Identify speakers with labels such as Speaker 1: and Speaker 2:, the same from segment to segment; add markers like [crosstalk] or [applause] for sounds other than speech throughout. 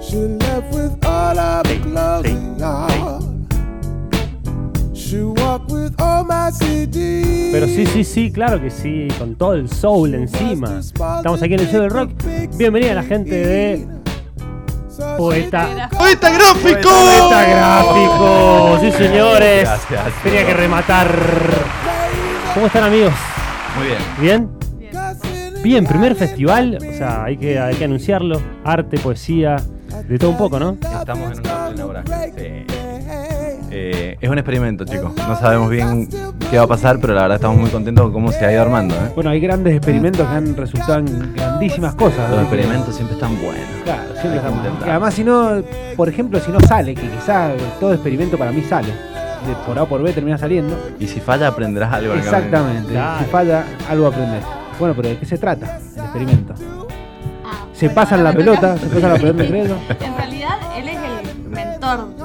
Speaker 1: She left with all of her clothes on. She walked with all my CDs.
Speaker 2: Pero sí, sí, sí, claro que sí, con todo el soul encima. Estamos aquí en el show del rock. Bienvenida a la gente de Poeta.
Speaker 3: ¡Poeta gráfico!
Speaker 2: Poeta Gráfico. Sí, señores.
Speaker 3: Gracias.
Speaker 2: Tenía que rematar. ¿Cómo están, amigos?
Speaker 3: Muy bien.
Speaker 2: ¿Bien?
Speaker 4: Bien.
Speaker 2: Bien, primer festival. O sea, hay que, hay que anunciarlo. Arte, poesía, de todo un poco, ¿no?
Speaker 3: Estamos en una plena vorágine. Sí. Eh, es un experimento, chicos. No sabemos bien qué va a pasar, pero la verdad estamos muy contentos con cómo se ha ido armando. ¿eh?
Speaker 5: Bueno, hay grandes experimentos que han resultado en grandísimas cosas.
Speaker 3: Los
Speaker 5: ¿no?
Speaker 3: experimentos siempre están buenos.
Speaker 5: Claro, siempre
Speaker 3: Hay que
Speaker 5: estamos-
Speaker 3: intentar.
Speaker 5: Además, si no, por ejemplo, si no sale, que quizá todo experimento para mí sale, de por A o por B termina saliendo.
Speaker 3: Y si falla, aprenderás algo. en el camino.
Speaker 5: Exactamente,
Speaker 2: Claro.
Speaker 5: si falla, algo aprendes. Bueno, pero ¿de qué se trata el experimento? Se pasan la pelota, se pasan la pelota entre ellos.
Speaker 4: En realidad, él es el mentor de,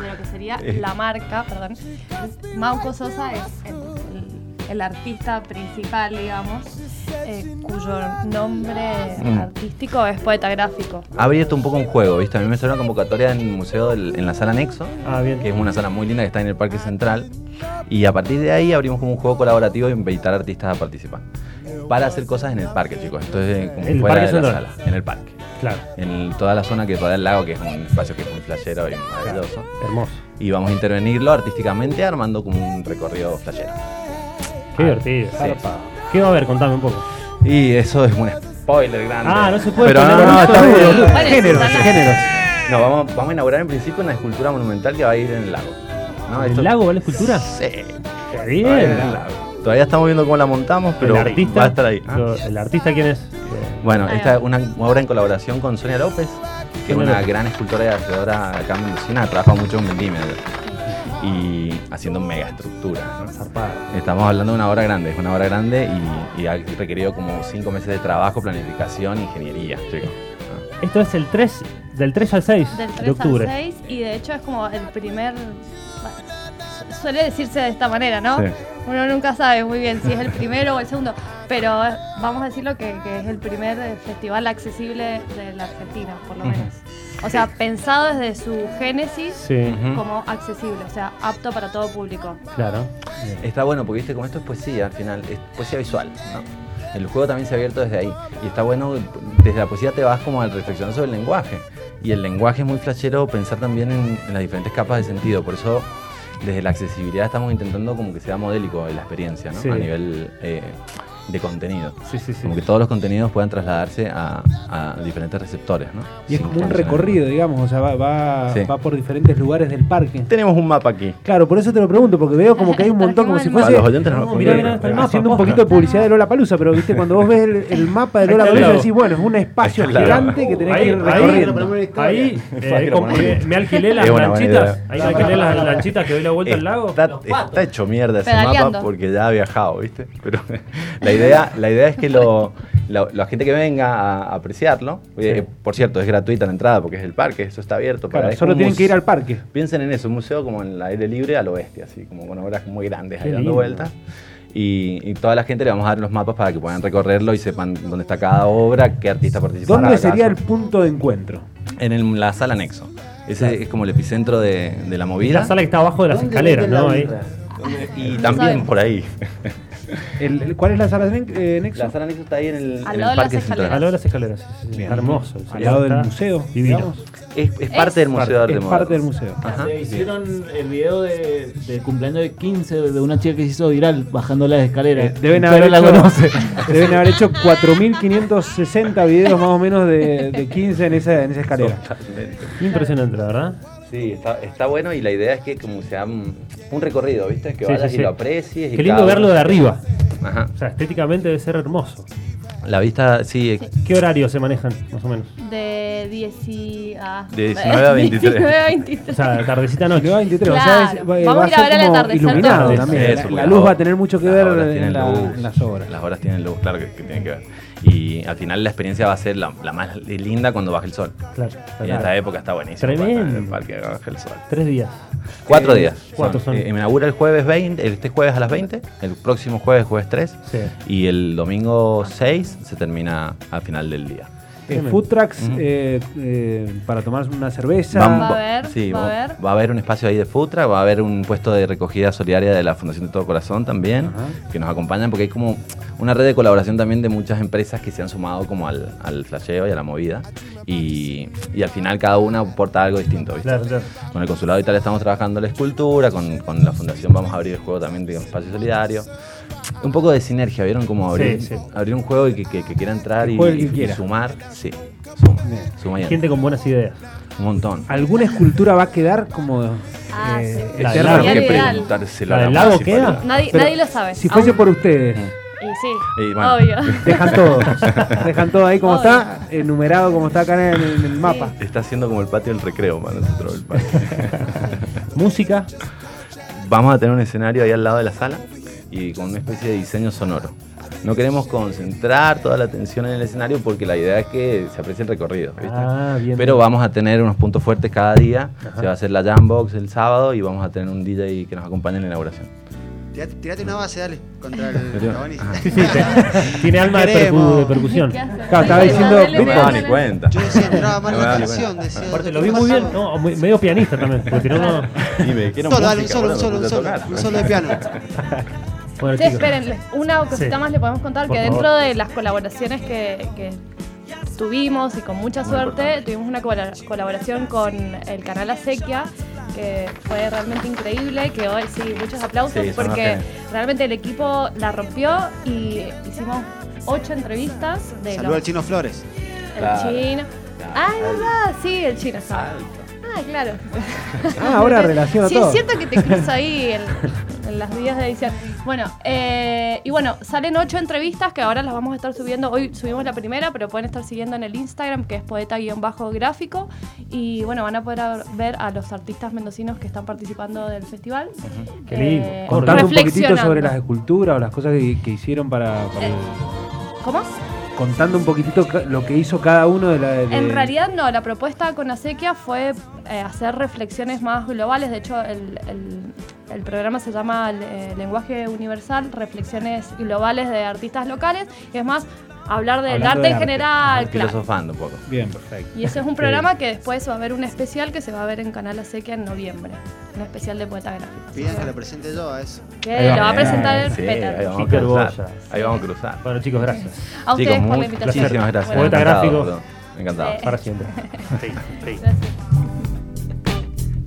Speaker 4: de lo que sería la marca, perdón. Es- Mauco Sosa es el, el artista principal, digamos, eh, cuyo nombre
Speaker 3: Mm.
Speaker 4: artístico es poeta gráfico.
Speaker 3: Ha abierto un poco un juego, ¿viste? A mí me salió una convocatoria en el museo, del- en la sala anexo,
Speaker 2: [laughs] Ah, bien.
Speaker 3: que es una sala muy linda que está en el Parque Central. Y a partir de ahí abrimos como un juego colaborativo e invitar artistas a participar. Para hacer cosas en el parque, chicos. Esto es como
Speaker 2: ¿El
Speaker 3: fuera
Speaker 2: Parque
Speaker 3: de la
Speaker 2: Central?
Speaker 3: sala, en el parque.
Speaker 2: Claro,
Speaker 3: En el- toda la zona que rodea el lago, que es un espacio que es muy flashero y maravilloso.
Speaker 2: hermoso.
Speaker 3: Y vamos a intervenirlo artísticamente armando como un recorrido flashero.
Speaker 2: Qué divertido.
Speaker 3: Ah, Zarpado.
Speaker 2: ¿Qué va a haber? Contame un poco.
Speaker 3: Y eso es un spoiler grande.
Speaker 2: Ah, no se puede
Speaker 3: Pero no,
Speaker 2: poner
Speaker 3: no, no,
Speaker 2: esto.
Speaker 3: está bien.
Speaker 5: Bueno,
Speaker 4: Géneros, géneros.
Speaker 3: No, vamos, vamos a inaugurar en principio una escultura monumental que va a ir en el lago. ¿no?
Speaker 2: ¿El
Speaker 3: Ah, Esto-
Speaker 2: lago vale escultura?
Speaker 3: Sí.
Speaker 2: Qué
Speaker 3: va a ir en
Speaker 2: bien.
Speaker 3: el lago. Todavía estamos viendo cómo la montamos, pero
Speaker 2: el artista,
Speaker 3: va a estar ahí. Eh, ¿ah?
Speaker 2: lo- ¿El artista quién es?
Speaker 3: Bueno,
Speaker 4: Ahí
Speaker 3: esta
Speaker 4: va.
Speaker 3: es una obra en colaboración con Sonia López, que es
Speaker 2: Sonia
Speaker 3: una
Speaker 2: López.
Speaker 3: gran escultora y hacedora acá en Lucina, trabaja mucho en Vendímedo y haciendo megaestructuras. ¿no? Estamos hablando de una obra grande, es una obra grande y, y ha requerido como cinco meses de trabajo, planificación, ingeniería, chicos. ¿no?
Speaker 2: Esto es el 3, del 3 al 6
Speaker 4: Del 3
Speaker 2: de octubre.
Speaker 4: al 6 y de hecho es como el primer... bueno, su- suele decirse de esta manera, ¿no?
Speaker 3: Sí.
Speaker 4: Uno nunca sabe muy bien si es el primero o el segundo, pero eh, vamos a decirlo que, que es el primer eh, festival accesible de la Argentina, por lo
Speaker 3: Ujú.
Speaker 4: menos. O sea, pensado desde su génesis
Speaker 2: Sí,
Speaker 3: Ujú.
Speaker 4: como accesible, o sea, apto para todo público.
Speaker 2: claro.
Speaker 3: Está bueno porque viste como esto es poesía al final, es poesía visual, ¿no? El juego también se ha abierto desde ahí. Y está bueno, desde la poesía te vas como al reflexionar sobre el lenguaje. Y el lenguaje es muy flashero pensar también en, en las diferentes capas de sentido. Por eso desde la accesibilidad estamos intentando como que sea modélico la experiencia, ¿no?
Speaker 2: Sí.
Speaker 3: A nivel eh, de contenido.
Speaker 2: Sí, sí, sí.
Speaker 3: Como que todos los contenidos puedan trasladarse a, a diferentes receptores, ¿no?
Speaker 5: Y es
Speaker 3: Sin
Speaker 5: como un
Speaker 3: condicionar.
Speaker 5: recorrido, digamos, o sea, va, va,
Speaker 3: Sí.
Speaker 5: va por diferentes lugares del parque.
Speaker 3: Tenemos un mapa aquí.
Speaker 5: Claro, por eso te lo pregunto, porque veo como que hay un
Speaker 4: Pero
Speaker 5: montón,
Speaker 4: qué
Speaker 5: como si
Speaker 4: bueno.
Speaker 5: fuese.
Speaker 3: A los oyentes no lo
Speaker 5: Ah, No,
Speaker 3: puedo
Speaker 5: mirá,
Speaker 3: creer.
Speaker 5: mirá,
Speaker 3: Ahí
Speaker 5: estamos
Speaker 3: va.
Speaker 5: haciendo un poquito de publicidad de Lola Palusa, pero viste, cuando vos ves el, el mapa
Speaker 2: Ahí
Speaker 5: de
Speaker 2: está
Speaker 5: Lola
Speaker 2: el
Speaker 5: Palusa,
Speaker 2: lago.
Speaker 5: decís, bueno, es un espacio
Speaker 3: Ahí está el lago.
Speaker 5: gigante que tenés que
Speaker 2: Ahí-
Speaker 5: ir
Speaker 2: ahí-
Speaker 5: recorriendo.
Speaker 2: Ahí eh,
Speaker 3: Fácil,
Speaker 2: compré-
Speaker 3: bueno.
Speaker 2: me alquilé las
Speaker 3: Es una buena
Speaker 2: lanchitas.
Speaker 3: idea.
Speaker 2: Ahí me alquilé las lanchitas que doy la vuelta al lago.
Speaker 3: Está, está hecho mierda ese
Speaker 4: Pedaleando.
Speaker 3: mapa porque ya ha viajado, ¿viste? Pero [laughs] la idea, la idea es que lo, la, la gente que venga a apreciarlo, eh, por cierto, es gratuita la entrada porque es el parque, eso está abierto. para-
Speaker 5: Claro,
Speaker 3: es
Speaker 5: solo
Speaker 3: como
Speaker 5: tienen
Speaker 3: un
Speaker 5: que ir
Speaker 3: museo.
Speaker 5: al parque.
Speaker 3: Piensen en eso, un museo como en el aire libre al oeste, así como con obras muy grandes ahí
Speaker 2: Qué
Speaker 3: dando
Speaker 2: lindo.
Speaker 3: vueltas. Y, y toda la gente le vamos a dar los mapas para que puedan recorrerlo y sepan dónde está cada obra, qué artista participará.
Speaker 5: ¿Dónde
Speaker 3: cada
Speaker 5: sería el
Speaker 3: caso.
Speaker 5: punto de encuentro?
Speaker 3: En el- la sala anexo. Ese es como el epicentro de, de la movida.
Speaker 2: La sala que está abajo de las escaleras, ¿no? Ahí.
Speaker 3: Y
Speaker 4: Saben.
Speaker 3: también por ahí.
Speaker 5: El- el- ¿Cuál es la sala de nen- eh, Nexo?
Speaker 3: La sala anexo está ahí en el,
Speaker 4: Al
Speaker 3: en el
Speaker 4: lado de
Speaker 3: parque
Speaker 4: las
Speaker 2: Al
Speaker 3: central.
Speaker 2: lado de las escaleras. sí, sí, sí.
Speaker 3: Bien.
Speaker 2: Está hermoso.
Speaker 5: Al lado del
Speaker 2: Está
Speaker 5: museo,
Speaker 2: Divino.
Speaker 5: digamos.
Speaker 3: Es, es parte del Museo de Arte
Speaker 5: Es parte del
Speaker 3: Moderno.
Speaker 5: museo.
Speaker 3: Ajá.
Speaker 6: Hicieron el video de, del cumpleaños de 15 de una chica que se hizo viral bajando las escaleras.
Speaker 5: Eh, Deben
Speaker 6: Y
Speaker 5: haber,
Speaker 6: Charo la conoce.
Speaker 5: hecho, [laughs] deben haber hecho 4.560 videos más o menos de, de 15 en esa, en esa escalera.
Speaker 2: Impresionante, la verdad.
Speaker 3: Sí, está, está bueno y la idea es que como sea un, un recorrido, ¿viste? Que
Speaker 2: Sí,
Speaker 3: vayas
Speaker 2: sí,
Speaker 3: y lo
Speaker 2: sí.
Speaker 3: aprecies. y
Speaker 2: Qué lindo
Speaker 3: cada
Speaker 2: verlo
Speaker 3: uno-
Speaker 2: de arriba.
Speaker 3: Ajá.
Speaker 2: O sea, estéticamente debe ser hermoso.
Speaker 3: La vista, sí, eh,
Speaker 2: ¿Qué horarios se manejan, más o menos?
Speaker 4: De, dieci- ah,
Speaker 3: De
Speaker 4: [laughs]
Speaker 3: 19 a 23.
Speaker 4: 19 a
Speaker 2: O
Speaker 4: 23.
Speaker 2: sea, tardecita
Speaker 5: No, que
Speaker 2: noche.
Speaker 5: va a 23, o sea,
Speaker 4: Claro.
Speaker 5: es- va- eh,
Speaker 4: Vamos
Speaker 5: va
Speaker 4: a
Speaker 5: a
Speaker 4: ir a ver
Speaker 5: ser
Speaker 4: el
Speaker 5: como
Speaker 4: atardecer
Speaker 5: iluminado
Speaker 2: todos.
Speaker 5: también.
Speaker 3: Sí,
Speaker 5: La-
Speaker 3: eso,
Speaker 5: la,
Speaker 3: claro.
Speaker 5: luz va a tener mucho que
Speaker 3: Las
Speaker 5: ver
Speaker 3: obras
Speaker 5: en,
Speaker 3: tienen
Speaker 5: la-
Speaker 3: luz.
Speaker 5: en las obras.
Speaker 3: Las obras tienen luz, claro que, que tienen que ver. Y al final la experiencia va a ser la, la más linda cuando baje el sol.
Speaker 2: Claro,
Speaker 3: Y en esta
Speaker 2: claro.
Speaker 3: época está buenísimo. para estar En el
Speaker 2: Tremendo.
Speaker 3: parque cuando baje el sol.
Speaker 2: Tres días.
Speaker 3: Cuatro días.
Speaker 2: cuatro son.
Speaker 3: Eh, me inaugura el jueves 20, este jueves a las 20, el próximo jueves, jueves 3,
Speaker 2: Sí.
Speaker 3: y el domingo 6 se termina al final del día.
Speaker 5: eh, food trucks eh, eh, para tomar una cerveza.
Speaker 3: Vam-
Speaker 4: Va a haber,
Speaker 3: sí,
Speaker 4: va a
Speaker 3: va-
Speaker 4: haber.
Speaker 3: va a haber un espacio ahí de Futra, va a haber un puesto de recogida solidaria de la Fundación de Todo Corazón también, que nos acompañan, porque hay como una red de colaboración también de muchas empresas que se han sumado como al, al flasheo y a la movida. Y, y al final cada una aporta algo distinto, ¿viste?
Speaker 2: Claro, claro.
Speaker 3: Con el Consulado de Italia estamos trabajando la escultura, con, con la Fundación vamos a abrir el juego también de un espacio solidario. Un poco de sinergia, ¿vieron? Como abrir,
Speaker 2: Sí, sí.
Speaker 3: abrir un juego y que, que- que quiera entrar
Speaker 5: Que
Speaker 3: y,
Speaker 5: juegue el que
Speaker 3: y- y
Speaker 5: quiera.
Speaker 3: sumar. Sí, suma, suma y
Speaker 2: Gente con buenas ideas.
Speaker 3: un montón.
Speaker 2: Ah,
Speaker 5: ¿Alguna escultura va a quedar como
Speaker 4: Ah,
Speaker 5: eh,
Speaker 4: sí.
Speaker 2: La
Speaker 5: eterna?
Speaker 2: del
Speaker 3: Hay que
Speaker 4: Ideal.
Speaker 3: preguntárselo
Speaker 2: ¿La
Speaker 3: a
Speaker 2: del
Speaker 3: la
Speaker 2: lago
Speaker 3: municipalidad.
Speaker 2: queda?
Speaker 4: Nadie,
Speaker 5: Pero
Speaker 4: nadie lo sabe.
Speaker 5: Si fuese
Speaker 4: aún.
Speaker 5: por ustedes,
Speaker 4: Y sí,
Speaker 3: Y bueno.
Speaker 4: obvio.
Speaker 5: dejan
Speaker 3: [laughs]
Speaker 5: todo. dejan todo ahí como
Speaker 4: Obvio.
Speaker 5: está, enumerado como está acá en, en el mapa.
Speaker 3: Está haciendo como el patio del recreo, man, nosotros, el patio. [laughs]
Speaker 2: Música.
Speaker 3: Vamos a tener un escenario ahí al lado de la sala y con una especie de diseño sonoro. No queremos concentrar toda la atención en el escenario porque la idea es que se aprecie el recorrido. ¿viste?
Speaker 2: Ah, bien.
Speaker 3: Pero vamos a tener unos puntos fuertes cada día. Se va a hacer la Jambox el sábado y vamos a tener un DJ que nos acompañe en la inauguración.
Speaker 7: Tirate, tirate una base, dale,
Speaker 2: [laughs]
Speaker 7: contra el protagonista.
Speaker 2: Sí, sí,
Speaker 3: [laughs]
Speaker 2: te- tiene alma de, percu-
Speaker 7: Queremos.
Speaker 2: de percusión.
Speaker 4: ¿Qué hace?
Speaker 5: Claro, estaba diciendo-
Speaker 4: Dale, pues.
Speaker 3: No me
Speaker 5: No me
Speaker 4: dale.
Speaker 3: daba ni cuenta.
Speaker 7: Yo decía,
Speaker 2: [laughs]
Speaker 7: entraba más
Speaker 3: No me
Speaker 7: la
Speaker 3: daba ni
Speaker 7: canción, decía. "Este
Speaker 2: Aparte,
Speaker 7: ¿qué
Speaker 2: lo vi muy
Speaker 7: pasaba?
Speaker 2: bien, no, muy- medio pianista también. porque tiró
Speaker 4: [laughs]
Speaker 2: uno-
Speaker 3: Y me dijeron
Speaker 7: Solo, dale, un
Speaker 3: música,
Speaker 7: solo,
Speaker 3: boludo,
Speaker 7: un solo, un
Speaker 3: me
Speaker 7: solo,
Speaker 3: puse a tocar.
Speaker 7: un solo de piano.
Speaker 2: Bueno,
Speaker 4: Sí,
Speaker 2: chicos.
Speaker 4: esperen, les- una cosita
Speaker 2: Sí.
Speaker 4: más le podemos contar
Speaker 2: Por
Speaker 4: que
Speaker 2: favor.
Speaker 4: dentro de las colaboraciones que, que tuvimos y con mucha suerte, tuvimos una colab- colaboración con el canal Acequia, que fue realmente increíble, que hoy sí, muchos aplausos
Speaker 3: Sí, son
Speaker 4: porque
Speaker 3: unos
Speaker 4: realmente el equipo la rompió y hicimos ocho entrevistas de
Speaker 7: Saludos
Speaker 4: los,
Speaker 7: al chino Flores.
Speaker 4: el
Speaker 3: Claro.
Speaker 4: chino. Ah, es verdad, sí, el chino sabe. Ah, claro.
Speaker 5: Ah, ahora relaciona
Speaker 4: Sí,
Speaker 5: todo.
Speaker 4: siento que te
Speaker 5: [laughs]
Speaker 4: cruzo ahí en, en las vías de edición. Bueno, eh, y bueno, salen ocho entrevistas que ahora las vamos a estar subiendo. Hoy subimos la primera, pero pueden estar siguiendo en el Instagram, que es poeta-gráfico. Y bueno, van a poder a- ver a los artistas mendocinos que están participando del festival.
Speaker 2: Qué lindo.
Speaker 4: Eh,
Speaker 5: Contando un poquitito
Speaker 4: reflexionando.
Speaker 5: sobre las esculturas o las cosas que, que hicieron para. para el-
Speaker 4: ¿Cómo?
Speaker 5: contando un poquitito ca- lo que hizo cada uno de la. de-
Speaker 3: Eh,
Speaker 4: En realidad no, la propuesta con Acequia fue eh, hacer reflexiones más globales, de hecho el, el- el programa se llama eh, Lenguaje Universal, Reflexiones Globales de Artistas Locales, y es más, hablar del arte
Speaker 5: Hablando del
Speaker 4: en
Speaker 5: arte.
Speaker 4: general, Ah, claro.
Speaker 3: Filosofando un poco.
Speaker 5: Bien, perfecto.
Speaker 4: Y ese es un
Speaker 3: [laughs]
Speaker 4: programa que después va a haber un especial que se va a ver en Canal Acequia en noviembre, un especial de poeta
Speaker 7: Pidan que lo
Speaker 4: gráfico.
Speaker 7: presente yo a eso.
Speaker 4: Que lo va a presentar
Speaker 3: Eh, Sí, Ahí
Speaker 4: Peter.
Speaker 3: vamos a
Speaker 2: Peter
Speaker 3: cruzar.
Speaker 2: Boya.
Speaker 3: Ahí vamos a cruzar.
Speaker 2: Bueno, chicos, gracias.
Speaker 4: A ustedes
Speaker 3: Chicos,
Speaker 4: por la
Speaker 3: mu-
Speaker 4: invitación.
Speaker 3: Muchísimas gracias.
Speaker 4: Bueno,
Speaker 2: Poeta
Speaker 3: Encantado,
Speaker 2: gráfico.
Speaker 4: [laughs]
Speaker 3: perdón. Encantado.
Speaker 4: Sí.
Speaker 2: Para siempre. Sí, sí.
Speaker 4: gracias.